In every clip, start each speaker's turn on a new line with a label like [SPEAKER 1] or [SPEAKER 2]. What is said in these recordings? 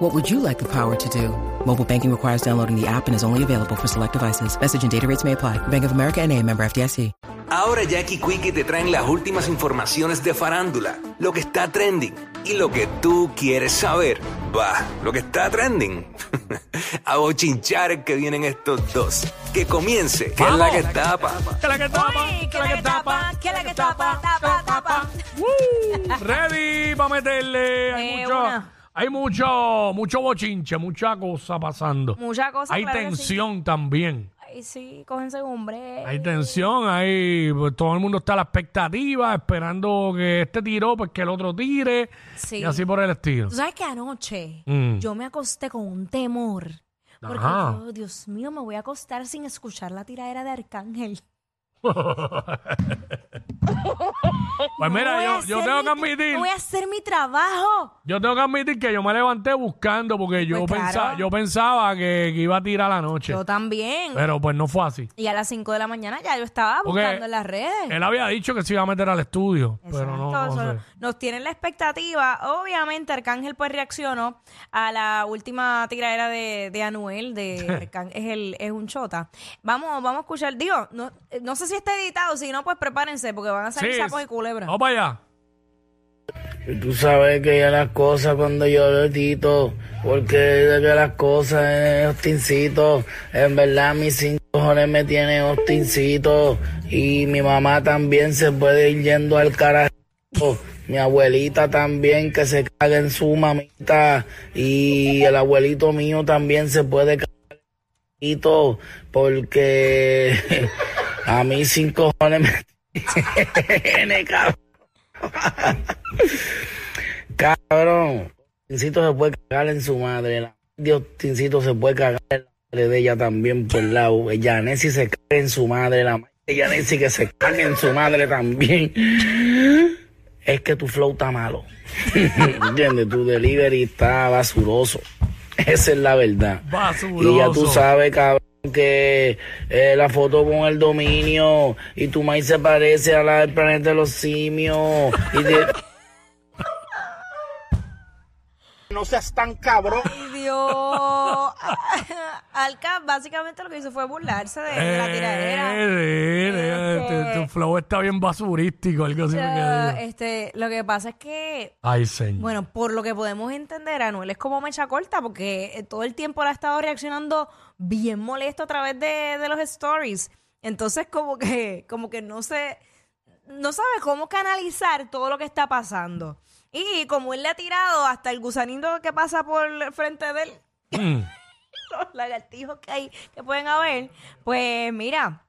[SPEAKER 1] What would you like the power to do? Mobile banking requires downloading the app and is only available for select devices. Message and data rates may apply. Bank of America and a member FDIC.
[SPEAKER 2] Ahora Jackie Quickie te traen las últimas informaciones de farándula, lo que está trending y lo que tú quieres saber. Va, lo que está trending. A bochinchar que vienen estos dos. Que comience, que es la que tapa.
[SPEAKER 3] Que la que tapa,
[SPEAKER 4] Uy,
[SPEAKER 3] que la que tapa,
[SPEAKER 4] que la que tapa, tapa, tapa.
[SPEAKER 3] Uh, ready para meterle. Hay
[SPEAKER 4] De Eh,
[SPEAKER 3] mucho,
[SPEAKER 4] una.
[SPEAKER 3] hay mucho, mucho bochinche, mucha cosa pasando.
[SPEAKER 4] Mucha cosa,
[SPEAKER 3] Hay
[SPEAKER 4] claro que
[SPEAKER 3] tensión también.
[SPEAKER 4] Ay, sí, cógense un break.
[SPEAKER 3] Hay tensión, hay pues, todo el mundo está a la expectativa, esperando que este tiró, pues que el otro tire.
[SPEAKER 4] Sí.
[SPEAKER 3] Y así por el estilo.
[SPEAKER 4] Tú sabes que anoche
[SPEAKER 3] Mm.
[SPEAKER 4] yo me acosté con un temor. Porque
[SPEAKER 3] Ajá.
[SPEAKER 4] yo, Dios mío, me voy a acostar sin escuchar la tiradera de Arcángel.
[SPEAKER 3] Pues mira,
[SPEAKER 4] Voy a
[SPEAKER 3] yo, yo
[SPEAKER 4] hacer
[SPEAKER 3] tengo
[SPEAKER 4] mi-
[SPEAKER 3] que admitir.
[SPEAKER 4] Voy a hacer mi trabajo.
[SPEAKER 3] Yo tengo que admitir que yo me levanté buscando porque yo,
[SPEAKER 4] Pues
[SPEAKER 3] pensa-
[SPEAKER 4] claro.
[SPEAKER 3] yo pensaba que, que iba a tirar la noche.
[SPEAKER 4] Yo también.
[SPEAKER 3] Pero pues no fue así.
[SPEAKER 4] Y a las 5 de la mañana ya yo estaba
[SPEAKER 3] Porque
[SPEAKER 4] buscando en las redes.
[SPEAKER 3] Él había dicho que se iba a meter al estudio, pero no,
[SPEAKER 4] Exacto,
[SPEAKER 3] no
[SPEAKER 4] eso
[SPEAKER 3] sé.
[SPEAKER 4] no- Nos tienen la expectativa. Obviamente, Arcángel pues reaccionó a la última tiradera de, de Anuel, de Arcángel, es, el- es un chota. Vamos, vamos a escuchar, digo, no, eh, no sé si está editado, si no, pues prepárense, porque van a salir sapos y culebras.
[SPEAKER 3] Vamos para allá.
[SPEAKER 5] Y Tú sabes que ya las cosas cuando yo lo edito, porque de que las cosas es hostincito, en verdad mis cinco cojones me tienen hostincito, y mi mamá también se puede ir yendo al carajo, mi abuelita también que se cague en su mamita, y el abuelito mío también se puede cagar en su mamito, porque a mí cinco cojones me tiene cabrón. Cabrón, Tincito se puede cagar en su madre. la- Dios, Tincito se puede cagar en la madre de ella también por el lado. Yanesi se caga en su madre. La madre de Yanesi que se caga en su madre también. Es que tu flow está malo. ¿Entiendes? Tu delivery está basuroso. Esa es la verdad.
[SPEAKER 3] Basuroso.
[SPEAKER 5] Y ya tú sabes, cabrón, que eh, la foto con el dominio y tu maíz se parece a la del planeta de los simios. Y de...
[SPEAKER 6] No seas tan cabrón.
[SPEAKER 4] Ay, Dios. Alca, básicamente lo que hizo fue burlarse de, de Eh, la tiradera.
[SPEAKER 3] Eh, eh, eh,
[SPEAKER 4] Este-
[SPEAKER 3] tu, tu flow está bien basurístico, algo así. me
[SPEAKER 4] Ah,
[SPEAKER 3] quedó.
[SPEAKER 4] este, lo que pasa es que
[SPEAKER 3] Ay, señor.
[SPEAKER 4] Bueno, por lo que podemos entender, Anuel es como mecha corta porque eh, todo el tiempo la ha estado reaccionando bien molesto a través de, de los stories. Entonces, como que, como que no se, no sabe cómo canalizar todo lo que está pasando. Y como él le ha tirado hasta el gusanito que pasa por el frente de él,
[SPEAKER 3] Mm.
[SPEAKER 4] los lagartijos que hay, que pueden haber, pues mira,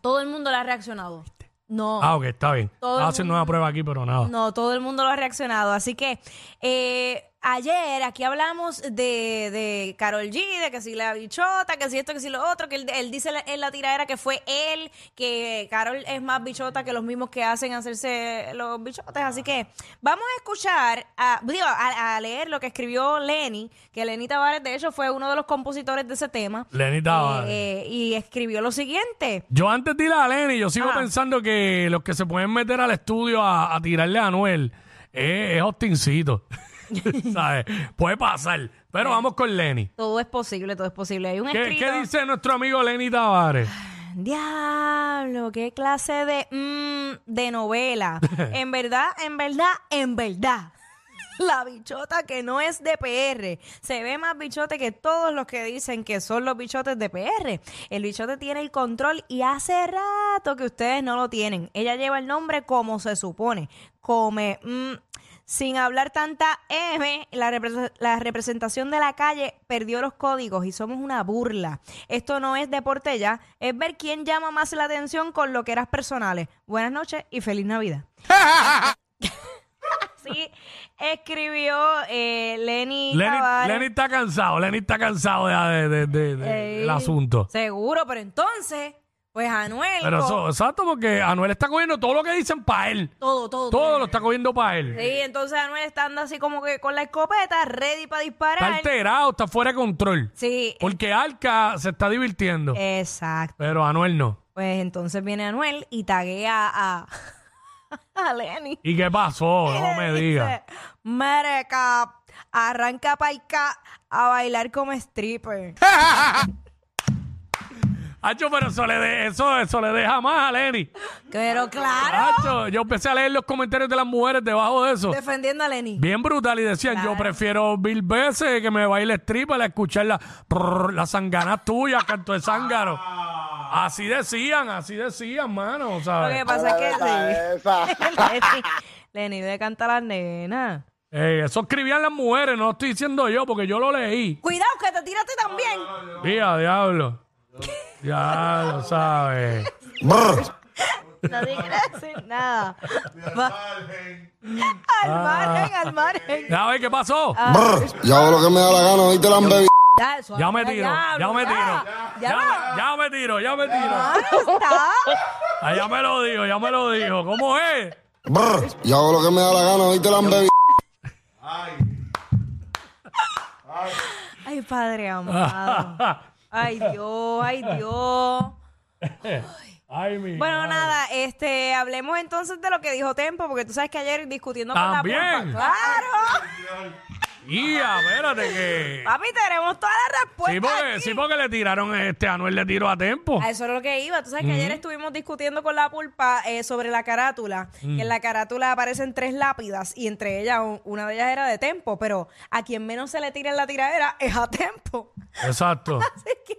[SPEAKER 4] todo el mundo le ha reaccionado. No.
[SPEAKER 3] Ah, ok, está bien.
[SPEAKER 4] Todo
[SPEAKER 3] Estaba
[SPEAKER 4] el
[SPEAKER 3] haciendo
[SPEAKER 4] mundo-
[SPEAKER 3] una prueba aquí, pero nada.
[SPEAKER 4] No, todo el mundo lo ha reaccionado. Así que eh, ayer aquí hablamos de, de Carol G, de que si la bichota, que si esto, que si lo otro, que él, él dice la- en la tiradera que fue él, que Carol es más bichota que los mismos que hacen hacerse los bichotes. Así que vamos a escuchar, a, digo, a, a leer lo que escribió Lenny, que Lenny Tavares de hecho fue uno de los compositores de ese tema.
[SPEAKER 3] Lenny Tavares.
[SPEAKER 4] Eh, y escribió lo siguiente.
[SPEAKER 3] Yo antes di la Lenny, yo sigo
[SPEAKER 4] Ajá.
[SPEAKER 3] pensando que los que se pueden meter al estudio a, a tirarle a Anuel eh, es hostincito. ¿Sabes? Puede pasar. Pero vamos con Lenny.
[SPEAKER 4] Todo es posible, todo es posible. Hay un
[SPEAKER 3] ¿Qué,
[SPEAKER 4] escrito.
[SPEAKER 3] qué dice nuestro amigo Lenny Tavares?
[SPEAKER 4] Diablo, qué clase de mm, de novela. en verdad, en verdad, en verdad. La bichota que no es de PR se ve más bichote que todos los que dicen que son los bichotes de PR. El bichote tiene el control y hace rato que ustedes no lo tienen. Ella lleva el nombre como se supone. Come. mm, sin hablar tanta M, la, repre- la representación de la calle perdió los códigos y somos una burla. Esto no es deporte ya, es ver quién llama más la atención con lo que eras personales. Buenas noches y feliz Navidad. Así escribió eh, Lenny.
[SPEAKER 3] Lenny,
[SPEAKER 4] Tavares.
[SPEAKER 3] Lenny está cansado, Lenny está cansado ya de- de- de- de- del
[SPEAKER 4] Ey,
[SPEAKER 3] asunto.
[SPEAKER 4] Seguro, pero entonces Pues Anuel.
[SPEAKER 3] Pero
[SPEAKER 4] con-
[SPEAKER 3] eso, exacto, porque Anuel está cogiendo todo lo que dicen para él.
[SPEAKER 4] Todo, todo.
[SPEAKER 3] Todo lo está cogiendo para él.
[SPEAKER 4] Sí, entonces Anuel está andando así como que con la escopeta, ready para
[SPEAKER 3] Está
[SPEAKER 4] disparar.
[SPEAKER 3] alterado, está fuera de control.
[SPEAKER 4] Sí. Eh.
[SPEAKER 3] Porque Arca se está divirtiendo,
[SPEAKER 4] Exacto.
[SPEAKER 3] pero Anuel no.
[SPEAKER 4] Pues entonces viene Anuel y taguea a, a Lenny.
[SPEAKER 3] ¿Y qué pasó?
[SPEAKER 4] Y
[SPEAKER 3] No
[SPEAKER 4] le
[SPEAKER 3] me
[SPEAKER 4] dice,
[SPEAKER 3] digas.
[SPEAKER 4] Mereca, arranca paica a bailar como stripper.
[SPEAKER 3] ¡Eh! Hacho, pero eso le, de- eso, eso le deja más a Lenny.
[SPEAKER 4] Pero claro,
[SPEAKER 3] Hacho, yo empecé a leer los comentarios de las mujeres debajo de eso.
[SPEAKER 4] defendiendo a Lenny.
[SPEAKER 3] Bien brutal y decían, yo prefiero mil veces que me baile stripper a escuchar la, prrr, la sangana tuya, canto de zángaro. Así decían, así decían, mano,
[SPEAKER 4] Lo que
[SPEAKER 3] ¿sabes?
[SPEAKER 4] pasa es que sí.
[SPEAKER 6] Esa.
[SPEAKER 4] Lenny, Lenny debe cantar a las nenas.
[SPEAKER 3] Ey, eh, eso escribían las mujeres, no lo estoy diciendo yo porque yo lo leí.
[SPEAKER 4] Cuidado que te tiraste también.
[SPEAKER 3] Día, diablo. Ya lo sabes.
[SPEAKER 4] No te quiero decir nada. Va- Al margen, al margen.
[SPEAKER 3] Ya ver qué pasó.
[SPEAKER 4] Ah,
[SPEAKER 7] Yo hago lo que me da la gana, hoy te la han bebido.
[SPEAKER 4] Ya, suave,
[SPEAKER 3] Ya me tiro, ya
[SPEAKER 4] diablo,
[SPEAKER 3] me tiro.
[SPEAKER 4] Ya, ya,
[SPEAKER 3] Ya, ya me tiro, ya me tiro.
[SPEAKER 4] está.
[SPEAKER 3] Ah, ya me lo dijo, ya me lo dijo. ¿Cómo es?
[SPEAKER 7] Brr. Yo hago lo que me da la gana, hoy te la han bebido.
[SPEAKER 4] Ay, padre amado. Ay, Dios, ay, Dios.
[SPEAKER 3] Ay, mi.
[SPEAKER 4] Bueno, nada, este, hablemos entonces de lo que dijo Tempo, porque tú sabes que ayer discutiendo con
[SPEAKER 3] También.
[SPEAKER 4] la pulpa. ¡Claro!
[SPEAKER 3] Ia, espérate que.
[SPEAKER 4] Papi, tenemos todas las
[SPEAKER 3] Sí
[SPEAKER 4] respuestas
[SPEAKER 3] porque,
[SPEAKER 4] Pues aquí.
[SPEAKER 3] sí, porque le tiraron este Anuel le tiró a tiempo.
[SPEAKER 4] A eso era lo que iba. Tú sabes que ayer estuvimos discutiendo con la pulpa eh, sobre la carátula. que en la carátula aparecen tres lápidas y entre ellas un- una de ellas era de Tempo, pero a quien menos se le tira en la tiradera es a Tempo.
[SPEAKER 3] Exacto.
[SPEAKER 4] Así que,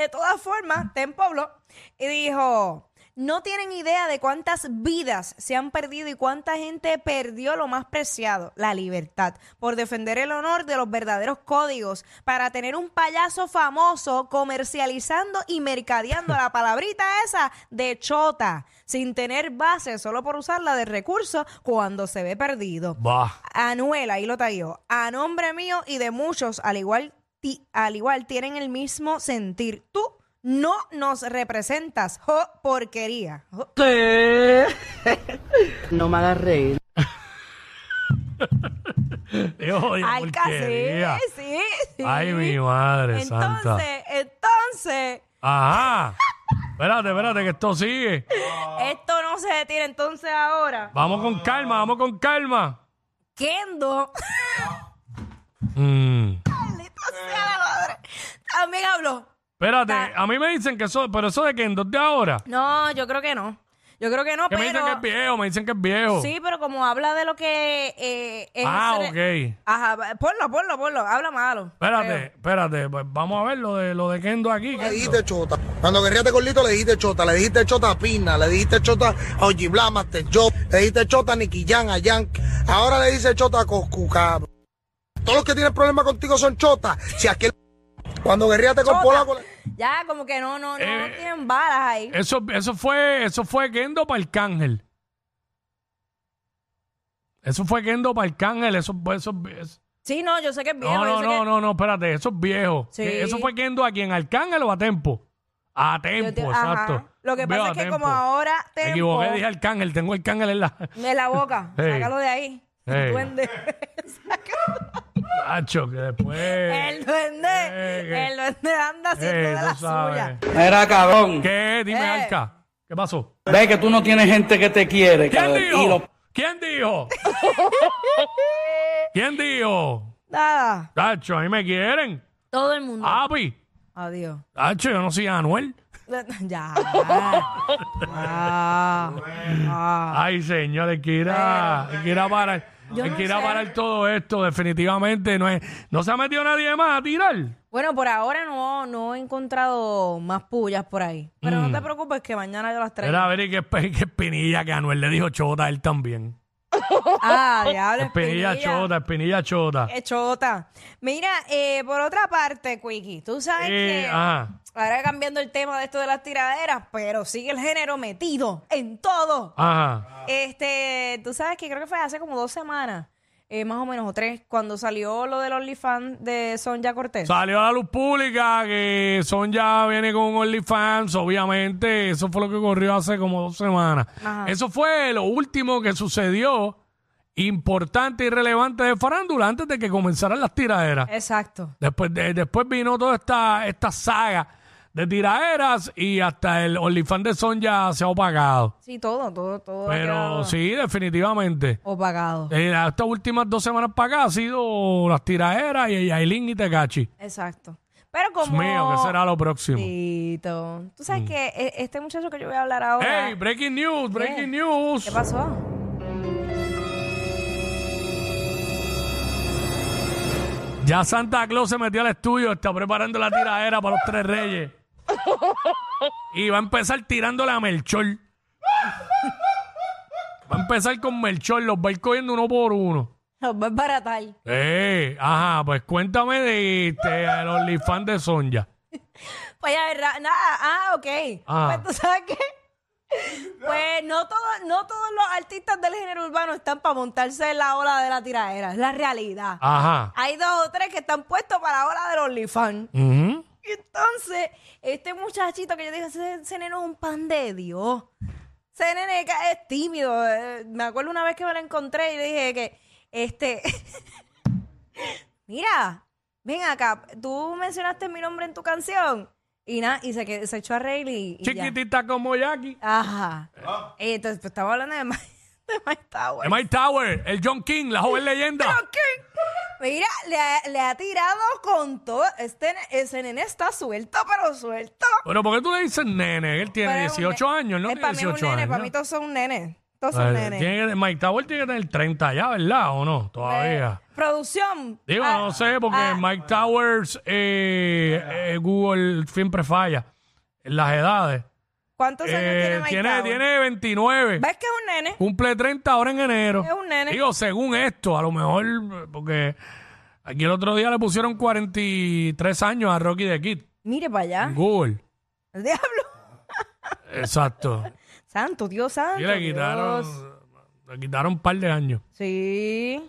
[SPEAKER 4] de todas formas, Tempo habló y dijo, no tienen idea de cuántas vidas se han perdido y cuánta gente perdió lo más preciado, la libertad, por defender el honor de los verdaderos códigos, para tener un payaso famoso comercializando y mercadeando la palabrita esa de chota, sin tener base, solo por usarla de recurso cuando se ve perdido.
[SPEAKER 3] Va.
[SPEAKER 4] Anuel, ahí lo taguió. A nombre mío y de muchos, al igual, ti- al igual tienen el mismo sentir. Tú no nos representas, jo porquería. Jo.
[SPEAKER 8] No me hagas reír.
[SPEAKER 3] Dios, oye,
[SPEAKER 4] Ay,
[SPEAKER 3] porquería.
[SPEAKER 4] casi, sí, sí.
[SPEAKER 3] Ay, mi madre
[SPEAKER 4] Entonces,
[SPEAKER 3] santa.
[SPEAKER 4] entonces,
[SPEAKER 3] Ajá. Espérate, espérate, que esto sigue.
[SPEAKER 4] esto no se detiene. Entonces ahora,
[SPEAKER 3] Vamos con calma, vamos con calma.
[SPEAKER 4] Kendo,
[SPEAKER 3] Mm.
[SPEAKER 4] maldita sea la madre, también habló.
[SPEAKER 3] Espérate,
[SPEAKER 4] Ah.
[SPEAKER 3] a mí me dicen que eso, pero eso de que en dos de ahora.
[SPEAKER 4] No, yo creo que no. Yo creo que no,
[SPEAKER 3] Que me dicen que es
[SPEAKER 4] pero...
[SPEAKER 3] viejo, me dicen que es viejo.
[SPEAKER 4] Sí, pero como habla de lo que eh, es...
[SPEAKER 3] ah,
[SPEAKER 4] el-
[SPEAKER 3] ok.
[SPEAKER 4] Ajá, va- ponlo, ponlo, ponlo. Habla malo.
[SPEAKER 3] Espérate, espérate, pues vamos a ver lo de, lo de Kendo aquí.
[SPEAKER 9] Le dijiste chota. Cuando querrías con Lito le dijiste chota. Le dijiste chota a Pina. Le dijiste chota a Oji Blamaster Job. Le dijiste chota a Nicky Jan, a Yankee. Ahora le dice chota a Coscu, cabrón. Todos los que tienen problemas contigo son chotas. Si aquí el... Cuando guerreaste con
[SPEAKER 4] Chota.
[SPEAKER 9] Polaco... le-
[SPEAKER 4] Ya, como que no, no, no,
[SPEAKER 3] Eh,
[SPEAKER 4] tienen balas ahí.
[SPEAKER 3] Eso, eso fue, eso fue Kendo para Arcángel. Eso fue Kendo para Arcángel, eso, eso, eso-
[SPEAKER 4] sí, no, yo sé que es viejo.
[SPEAKER 3] No,
[SPEAKER 4] yo
[SPEAKER 3] no,
[SPEAKER 4] sé
[SPEAKER 3] no,
[SPEAKER 4] que-
[SPEAKER 3] no, no, espérate, eso es viejo.
[SPEAKER 4] Sí.
[SPEAKER 3] Que Eso fue Kendo a quien Arcángel o a Tempo. A Tempo,
[SPEAKER 4] yo te- ajá.
[SPEAKER 3] exacto.
[SPEAKER 4] Lo que
[SPEAKER 3] Veo
[SPEAKER 4] pasa
[SPEAKER 3] a
[SPEAKER 4] es que
[SPEAKER 3] Tempo.
[SPEAKER 4] como ahora
[SPEAKER 3] Me
[SPEAKER 4] Tempo...
[SPEAKER 3] equivoqué, dije Arcángel, tengo Arcángel en la.
[SPEAKER 4] De la boca,
[SPEAKER 3] Hey.
[SPEAKER 4] sácalo de ahí.
[SPEAKER 3] Hey.
[SPEAKER 4] El duende. Sácalo.
[SPEAKER 3] Nacho, que después.
[SPEAKER 4] El duende.
[SPEAKER 3] Hey, hey.
[SPEAKER 4] El duende anda haciendo
[SPEAKER 3] Ey,
[SPEAKER 4] de
[SPEAKER 3] tú
[SPEAKER 4] la
[SPEAKER 3] sabes.
[SPEAKER 4] suya.
[SPEAKER 8] Era cabrón.
[SPEAKER 3] ¿Qué? Dime,
[SPEAKER 4] Eh.
[SPEAKER 3] Arca. ¿Qué pasó?
[SPEAKER 8] Ve que tú no tienes gente que te quiere,
[SPEAKER 3] ¿Quién
[SPEAKER 8] cabrón. Y
[SPEAKER 3] dijo?
[SPEAKER 8] lo-
[SPEAKER 3] ¿Quién dijo? ¿Quién dijo?
[SPEAKER 4] Nada,
[SPEAKER 3] Tacho, a mí me quieren.
[SPEAKER 4] todo el mundo.
[SPEAKER 3] Api.
[SPEAKER 4] Adiós.
[SPEAKER 3] Tacho, Ah, pues, yo no soy Anuel.
[SPEAKER 4] Ya. Ah. Ah.
[SPEAKER 3] Ay, señores, hay que ir a, hay que ir a parar.
[SPEAKER 4] Yo
[SPEAKER 3] hay
[SPEAKER 4] no
[SPEAKER 3] que ir a
[SPEAKER 4] sé.
[SPEAKER 3] parar todo esto, definitivamente. No, es, no se ha metido nadie más a tirar.
[SPEAKER 4] Bueno, por ahora no, no he encontrado más pullas por ahí. Pero no te preocupes que mañana yo las traigo.
[SPEAKER 3] Mm. Era a ver, y qué, esp- qué espinilla que Anuel le dijo chota a él también.
[SPEAKER 4] Ah, diablo,
[SPEAKER 3] Espinilla, chota, espinilla chota.
[SPEAKER 4] Qué chota. Mira, eh, por otra parte, Quickie, tú sabes
[SPEAKER 3] Eh,
[SPEAKER 4] que
[SPEAKER 3] ajá.
[SPEAKER 4] ahora cambiando el tema de esto de las tiraderas, pero sigue el género metido en todo.
[SPEAKER 3] Ajá.
[SPEAKER 4] Este, tú sabes que creo que fue hace como dos semanas. eh, más o menos, o tres, cuando salió lo del OnlyFans de Sonja Cortés.
[SPEAKER 3] Salió a la luz pública que Sonja viene con un OnlyFans, obviamente. Eso fue lo que ocurrió hace como dos semanas.
[SPEAKER 4] Ajá.
[SPEAKER 3] Eso fue lo último que sucedió, importante y relevante de Farándula, antes de que comenzaran las tiraderas.
[SPEAKER 4] Exacto.
[SPEAKER 3] Después, de- después vino toda esta, esta saga de tiraderas y hasta el OnlyFans de Sonja se ha opacado.
[SPEAKER 4] Sí, todo, todo, todo. ha
[SPEAKER 3] Pero
[SPEAKER 4] quedado
[SPEAKER 3] sí, definitivamente.
[SPEAKER 4] Opacado.
[SPEAKER 3] Eh, estas últimas dos semanas para acá ha sido las tiraderas y Yailin y Tecachi.
[SPEAKER 4] Exacto. Pero
[SPEAKER 3] Dios
[SPEAKER 4] como.
[SPEAKER 3] mío, ¿qué será lo próximo?
[SPEAKER 4] Tito, Tú sabes que eh, este muchacho que yo voy a hablar ahora.
[SPEAKER 3] ¡Ey! Breaking news, breaking
[SPEAKER 4] ¿Qué
[SPEAKER 3] news.
[SPEAKER 4] pasó?
[SPEAKER 3] Ya Santa Claus se metió al estudio, está preparando la tiradera para los tres reyes. Y va a empezar tirándole a Melchor. Va a empezar con Melchor, los va a ir cogiendo uno por uno.
[SPEAKER 4] Los va a embaratar.
[SPEAKER 3] Eh, ajá, pues cuéntame de este, el OnlyFans de Sonja.
[SPEAKER 4] Pues ya, ¿verdad? Nada, ah, ok.
[SPEAKER 3] Ah.
[SPEAKER 4] Pues tú sabes qué. Pues no todos, no todos los artistas del género urbano están para montarse en la ola de la tiradera, es la realidad.
[SPEAKER 3] Ah. Ajá.
[SPEAKER 4] Hay dos o tres que están puestos para la ola del OnlyFans.
[SPEAKER 3] Ujú.
[SPEAKER 4] Y Entonces, este muchachito que yo dije, ese, ese nene es un pan de Dios. Ese nene ca- es tímido. eh, Me acuerdo una vez que me lo encontré y le dije que, este, mira, ven acá, tú mencionaste mi nombre en tu canción. Y nada, y se, que- se echó a reír y, y ya.
[SPEAKER 3] Chiquitita como Jackie.
[SPEAKER 4] Ajá. Y entonces, pues estaba hablando de Mike, de Mike Tower.
[SPEAKER 3] El Mike Tower, el John King, la joven leyenda.
[SPEAKER 4] Ok. Mira, le ha, le ha tirado con todo. Este, ne- ese nene está suelto, pero suelto.
[SPEAKER 3] Pero ¿por qué tú le dices nene? Él tiene
[SPEAKER 4] Pero es un
[SPEAKER 3] 18
[SPEAKER 4] ne-
[SPEAKER 3] años, él no
[SPEAKER 4] Eh,
[SPEAKER 3] tiene
[SPEAKER 4] para mí es un
[SPEAKER 3] 18
[SPEAKER 4] nene,
[SPEAKER 3] años.
[SPEAKER 4] Para mí todos son un nene. Todos
[SPEAKER 3] Eh,
[SPEAKER 4] son nenes.
[SPEAKER 3] tiene que- Mike Tower tiene que tener 30 ya, ¿verdad? ¿O no? Todavía.
[SPEAKER 4] Eh, producción.
[SPEAKER 3] Digo,
[SPEAKER 4] Ah,
[SPEAKER 3] no sé, porque
[SPEAKER 4] ah,
[SPEAKER 3] Mike Towers, eh, eh, Google siempre falla en las edades.
[SPEAKER 4] ¿Cuántos años
[SPEAKER 3] Eh,
[SPEAKER 4] tiene Mike Tower?
[SPEAKER 3] tiene 29.
[SPEAKER 4] ¿Ves que es un nene?
[SPEAKER 3] Cumple 30 ahora en enero.
[SPEAKER 4] Es un nene.
[SPEAKER 3] Digo, según esto, a lo mejor, eh, porque aquí el otro día le pusieron 43 años a Rocky de Kid.
[SPEAKER 4] Mire para allá.
[SPEAKER 3] en Google.
[SPEAKER 4] El diablo.
[SPEAKER 3] Exacto.
[SPEAKER 4] Santo, Dios santo.
[SPEAKER 3] Y le
[SPEAKER 4] Dios.
[SPEAKER 3] quitaron, le quitaron un par de años.
[SPEAKER 4] Sí.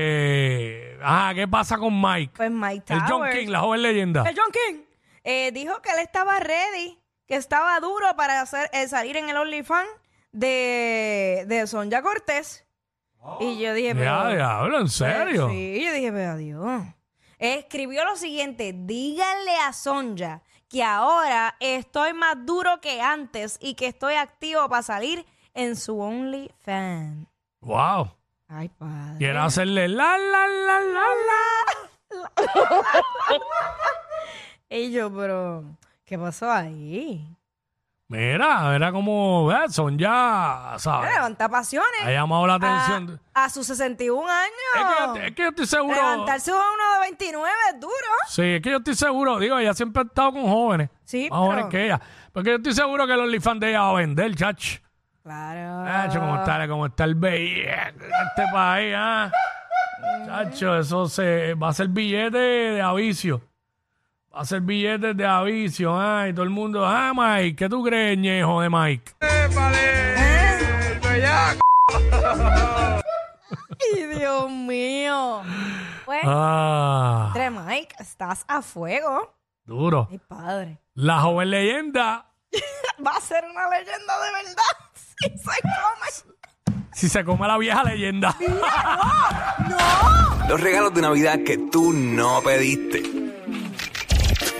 [SPEAKER 3] Este. Ah, ¿qué pasa con Mike?
[SPEAKER 4] Pues Mike
[SPEAKER 3] el
[SPEAKER 4] Tower.
[SPEAKER 3] John King, la joven leyenda.
[SPEAKER 4] El John King. eh, dijo que él estaba ready, que estaba duro para hacer, eh, salir en el OnlyFans de, de Sonja Cortés. Y yo dije,
[SPEAKER 3] Ya,
[SPEAKER 4] pero-
[SPEAKER 3] diablo, en serio.
[SPEAKER 4] Pues, Sí, yo dije, pero adiós. Escribió lo siguiente, díganle a Sonja que ahora estoy más duro que antes y que estoy activo para salir en su OnlyFans.
[SPEAKER 3] Wow.
[SPEAKER 4] Ay, padre.
[SPEAKER 3] Quiero hacerle la, la, la, la, la.
[SPEAKER 4] Y yo, pero, ¿qué pasó ahí?
[SPEAKER 3] Mira, era como, ve, son ya, ¿sabes?
[SPEAKER 4] Levanta pasiones.
[SPEAKER 3] Ha llamado la
[SPEAKER 4] a,
[SPEAKER 3] atención.
[SPEAKER 4] a sus 61
[SPEAKER 3] Es que, yo,
[SPEAKER 4] años.
[SPEAKER 3] es que yo estoy seguro.
[SPEAKER 4] Levantarse a uno de 29 es duro.
[SPEAKER 3] Sí, es que yo estoy seguro. Digo, ella siempre ha estado con jóvenes.
[SPEAKER 4] Sí,
[SPEAKER 3] Más jóvenes
[SPEAKER 4] pero-
[SPEAKER 3] que ella. Porque yo estoy seguro que el OnlyFans de ella va a vender, chach.
[SPEAKER 4] Claro.
[SPEAKER 3] Chacho, ¿cómo está, cómo está el BI en este país, ah? Chacho, eso se, va a ser billete de avicio. Va a ser billetes de avicio, ah. Y todo el mundo, ah, Mike, ¿qué tú crees, ñejo de Mike?
[SPEAKER 4] Ay, Dios mío. Pues,
[SPEAKER 3] Ah,
[SPEAKER 4] Tre Mike, estás a fuego.
[SPEAKER 3] duro.
[SPEAKER 4] Ay, padre.
[SPEAKER 3] La joven leyenda,
[SPEAKER 4] Va a ser una leyenda de verdad. Sí, se come.
[SPEAKER 3] si se come la vieja leyenda.
[SPEAKER 2] Los regalos de Navidad que tú no pediste.